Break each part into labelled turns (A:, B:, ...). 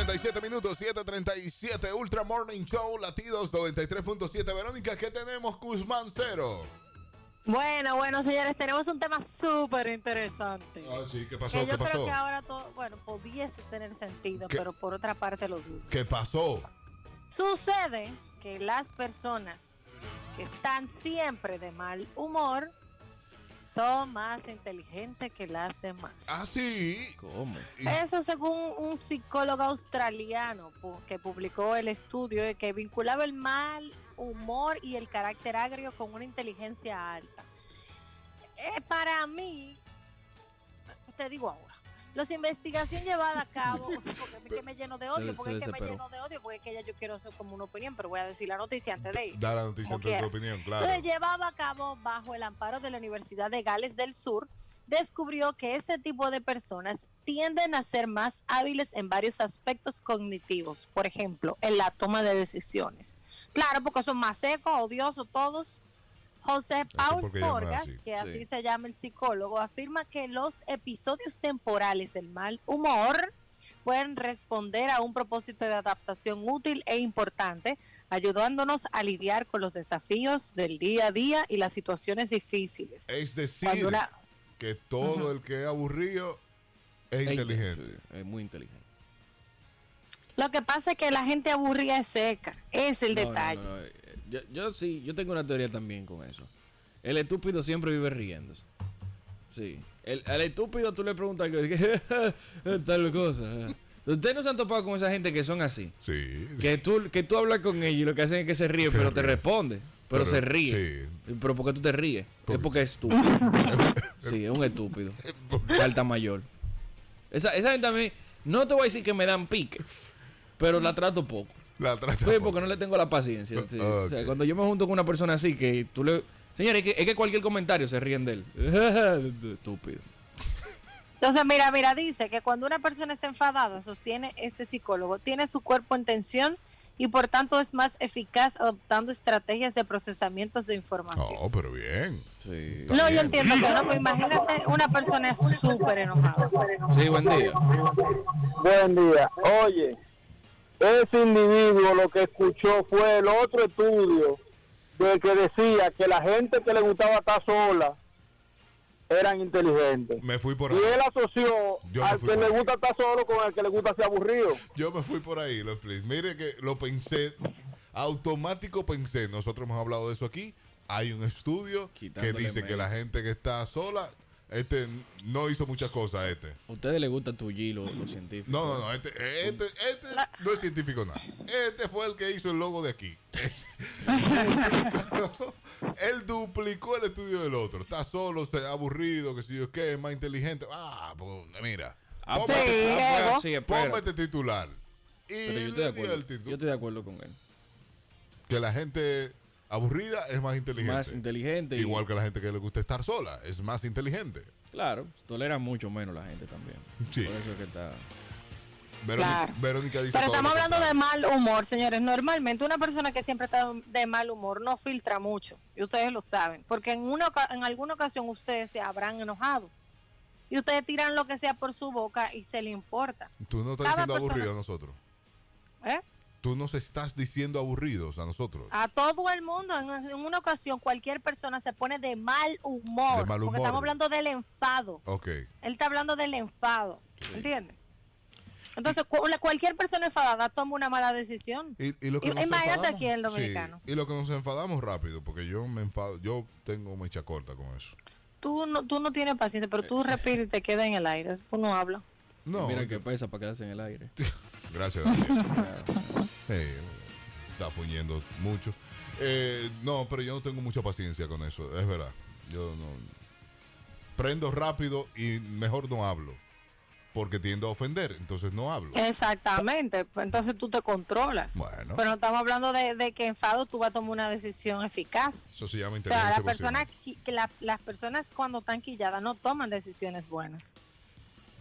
A: 7.37 minutos, 7.37 Ultra Morning Show, latidos 93.7. Verónica, ¿qué tenemos, Guzmán Cero?
B: Bueno, bueno, señores, tenemos un tema súper interesante.
A: Ah, sí, ¿qué pasó?
B: Que
A: ¿Qué
B: yo creo
A: pasó?
B: que ahora todo, bueno, pudiese tener sentido,
A: ¿Qué?
B: pero por otra parte lo dudo.
A: ¿Qué pasó?
B: Sucede que las personas que están siempre de mal humor son más inteligentes que las demás.
A: Ah, sí.
C: ¿Cómo?
A: Y-
B: Eso según un psicólogo australiano pu- que publicó el estudio de que vinculaba el mal humor y el carácter agrio con una inteligencia alta. Eh, para mí, te digo ahora, los investigación llevada a cabo, porque es que me lleno de odio,
C: Se-
B: porque
C: se
B: es que me lleno
C: desesperó.
B: de odio, porque es que ya yo quiero hacer como una opinión, pero voy a decir la noticia antes de ir.
A: Da la noticia
B: Como
A: de tu
B: quiera.
A: opinión,
B: Entonces,
A: claro.
B: llevaba a cabo bajo el amparo de la Universidad de Gales del Sur, descubrió que este tipo de personas tienden a ser más hábiles en varios aspectos cognitivos, por ejemplo, en la toma de decisiones. Claro, porque son más secos, odiosos todos. José Paul
A: porque llaman
B: Forgas,
A: así.
B: que así
C: Sí.
B: se llama el psicólogo, afirma que los episodios temporales del mal humor pueden responder a un propósito de adaptación útil e importante, ayudándonos a lidiar con los desafíos del día a día y las situaciones difíciles.
C: Eh,
A: Es decir,
B: Cuando una-
A: que todo
B: Ajá.
A: el que es aburrido es inteligente.
C: Sí, eh, Es muy inteligente.
B: lo que pasa es que la gente aburrida es seca, es el
C: No, no,
B: detalle.
C: no, no, eh, Yo, yo sí, yo tengo una teoría también con eso. El estúpido siempre vive riéndose. Sí. El, al estúpido tú le preguntas que tal cosa. ¿eh? Ustedes no se han topado con esa gente que son así.
A: Sí.
C: Que tú, que tú hablas con ellos y lo que hacen es que se ríe,
A: Se
C: pero te
A: ríe.
C: responde. Pero,
A: Pero,
C: se ríe. ¿Pero por qué tú te ríes?
A: Porque-
C: Es porque es estúpido. sí, es un estúpido. Falta mayor. Esa, esa gente a mí, no te voy a decir que me dan pique, pero la trato poco.
A: La trata.
C: Sí, porque no le tengo la paciencia. sí. O sea,
A: Ah, Ok.
C: cuando yo me junto con una persona así, que tú le. Señores, es que, es que cualquier comentario se ríen de él. Estúpido.
B: Entonces, mira, mira, dice que cuando una persona está enfadada, sostiene este psicólogo, tiene su cuerpo en tensión y por tanto es más eficaz adoptando estrategias de procesamiento de información.
C: Oh,
A: No, pero bien.
C: Sí.
B: No, yo entiendo que no, pues imagínate una persona súper enojada.
C: Sí, buen día.
D: Buen día. Oye, ese individuo lo que escuchó fue el otro estudio del que decía que la gente que le gustaba estar sola eran inteligentes.
A: Me fui por
D: Y
A: ahí.
D: él asoció
A: Yo me
D: al
A: fui
D: que
A: por
D: le
A: ahí.
D: gusta estar solo con el que le gusta ser aburrido.
A: Yo me fui por ahí, lo please. Mire que lo pensé, automático pensé, nosotros hemos hablado de eso aquí, hay un estudio
C: Quitándole
A: que dice
C: mérito.
A: que la gente que está sola, este no hizo muchas cosas, este.
C: A ustedes les gusta tu gilo, los científicos.
A: No, no, no, este, este, este no es científico nada. Este fue el que hizo el logo de aquí. Duplicó- él duplicó el estudio del otro. Está solo, se- aburrido, que si yo qué, es más inteligente. Ah, pues, mira.
C: Ah,
A: Póngate-
C: pues,
B: Sí,
C: ah, pues,
B: luego.
C: sí, espérate.
A: Póngate este titular. Y
C: Pero yo estoy
A: le
C: de
A: dio el
C: acuerdo.
A: título.
C: Yo estoy de acuerdo con él.
A: que la gente aburrida es más inteligente.
C: Más inteligente. y-
A: Igual que la gente que le gusta estar sola, es más inteligente.
C: Claro, tolera mucho menos la gente también.
A: Sí.
C: Por eso es que está.
A: Verónica,
B: Claro.
A: Verónica dice
B: Pero
A: todo
B: estamos
A: lo
B: hablando de
A: contrario.
B: mal humor, señores. Normalmente una persona que siempre está de mal humor no filtra mucho, y ustedes lo saben, porque en, una, oca- en alguna ocasión ustedes se habrán enojado. Y ustedes tiran lo que sea por su boca y se le importa.
A: Tú no estás
B: cada
A: diciendo
B: persona-
A: aburrido a nosotros.
B: ¿eh?
A: Tú nos estás diciendo aburridos a nosotros.
B: A todo el mundo, en, en una ocasión, cualquier persona se pone de mal humor.
A: De mal humor.
B: Porque estamos hablando del enfado.
A: Ok.
B: Él está hablando del enfado. ¿Entiendes? Entonces, cu- la- cualquier persona enfadada toma una mala decisión.
A: Y, y lo que
B: Y-
A: nos enfadamos-
B: imagínate aquí el
A: sí,
B: dominicano.
A: y lo que nos enfadamos rápido, porque yo me enfado, yo tengo mecha corta con eso.
B: Tú no, tú no tienes paciencia, pero tú respira y te quedas en el aire. Tú no hablas.
A: No,
C: Mira que pesa para quedarse en el aire.
A: gracias. Daniel. Eh, está fuñendo mucho. Eh, no, pero yo no tengo mucha paciencia con eso, es verdad. Yo no. Prendo rápido y mejor no hablo. Porque tiendo a ofender, entonces no hablo.
B: Exactamente. pues, Entonces tú te controlas.
A: Bueno.
B: Pero no estamos hablando de, de que enfado tú vas a tomar una decisión eficaz.
A: Eso se llama
B: O sea,
A: inteligencia
B: la persona,
A: emocional.
B: qui- que la- las personas cuando están quilladas no toman decisiones buenas.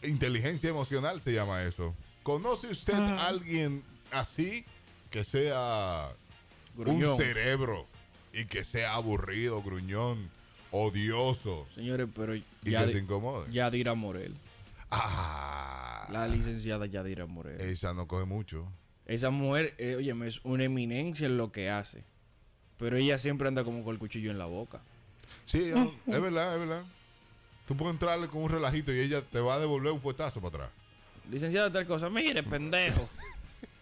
A: Inteligencia emocional se llama eso. ¿Conoce usted
B: Mm.
A: a alguien así que sea un
C: Gruñón.
A: cerebro y que sea aburrido, gruñón, odioso
C: Señores, pero
A: y
C: ya,
A: que se
C: di-
A: incomode?
C: ya dirá Morel.
A: Ah, Eh.
C: La licenciada Yadira Moreno.
A: esa no coge mucho.
C: Esa mujer, eh, óyeme, es una eminencia en lo que hace. Pero ella siempre anda como con el cuchillo en la boca.
A: Sí, ella
B: Mm,
A: no- es verdad, es verdad. Tú puedes entrarle con un relajito y ella te va a devolver un fuetazo para atrás.
C: Licenciada tal cosa, mire, pendejo.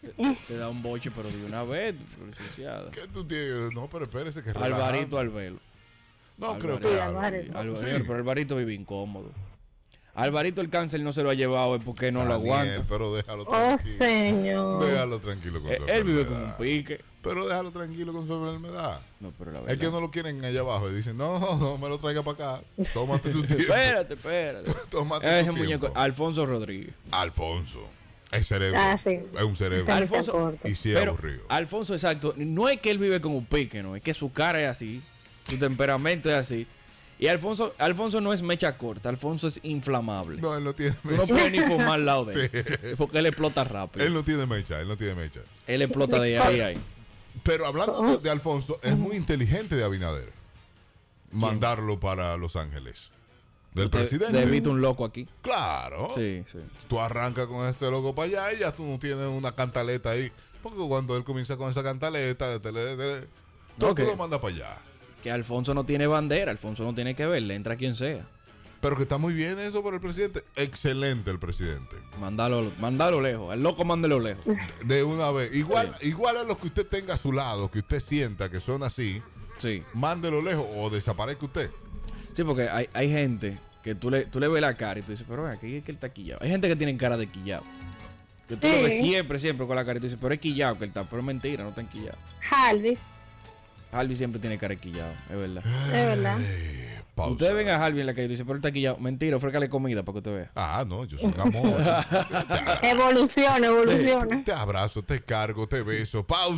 C: te, te- te da un boche, pero de una vez, licenciada.
A: ¿Qué tú tienes? No, pero espérese que
C: Alvarito al velo.
A: No creo
C: Alvarito.
A: que.
B: Sí,
A: Alvar-
B: Álvarez.
A: no,
C: Alvarito,
A: sí.
C: Pero Alvarito vive incómodo. Alvarito el cáncer no se lo ha llevado, es porque no lo
A: Daniel,
C: aguanta.
A: Pero déjalo tranquilo.
B: Oh, señor.
A: Déjalo tranquilo con
C: Eh,
A: su
C: Él vive con un
A: enfermedad.
C: pique.
A: Pero déjalo tranquilo con su enfermedad.
C: No, pero la verdad.
A: Es que no lo quieren allá abajo. Y dicen, no, no me lo traiga para acá. Tómate tu tiempo.
C: Espérate, espérate.
A: Tómate
C: Ese
A: tu
C: muñeco,
A: tiempo.
C: Alfonso Rodríguez.
A: Alfonso. Es cerebro.
B: Ah, sí.
A: Es un cerebro.
B: Ese
C: Alfonso-
B: corto.
A: Y sí, es
C: Pero,
A: aburrido.
C: Alfonso, exacto. No es que él vive con un pique, no. Es que su cara es así. Su temperamento es así. Y Alfonso, Alfonso no es mecha corta. Alfonso es inflamable.
A: No, él no tiene
C: Tú no
A: mecha.
C: puedes ni fumar al lado de él. Porque él explota rápido.
A: Él
C: Él,
A: no tiene mecha. Él no tiene mecha.
C: explota de ahí a ahí.
A: Pero hablando de, de Alfonso, es muy inteligente de Abinader mandarlo para Los Ángeles. Del
C: Te-
A: presidente. Oh.
C: te evita un loco aquí.
A: Claro.
C: Sí, sí.
A: Tú arrancas con este loco para allá y ya tú no tienes una cantaleta ahí. Porque cuando él comienza con esa cantaleta, te le- te le- tú,
C: Ok.
A: tú lo mandas para allá.
C: Que Alfonso no tiene bandera. Alfonso no tiene que ver. Le entra quien sea.
A: Pero que está muy bien eso para el presidente. Excelente el presidente.
C: Mándalo, mándalo lejos. El loco mándelo lejos.
A: De una vez. Igual, igual a los que usted tenga a su lado, que usted sienta que son así,
C: Sí.
A: mándelo lejos o desaparezca usted.
C: Sí, porque hay, hay gente que tú le, tú le ves la cara y tú dices, pero ven, aquí es que él está quillado. Hay gente que tiene cara de quillado. Que tú lo ves
B: Sí.
C: siempre, siempre con la cara y tú dices, pero es quillado que él está. Pero es mentira, no está en quillado.
B: Halvis,
C: Harvey siempre tiene cara de quillado, es verdad.
B: de verdad.
A: Eh, pausa.
C: Ustedes ven a Harvey en la calle y tú dices, pero él está quillado. Mentira, ofrécale comida para que usted vea.
A: Ah, no, yo soy un amor.
B: Evoluciona, evoluciona.
A: te abrazo, te cargo, te beso. Pausa.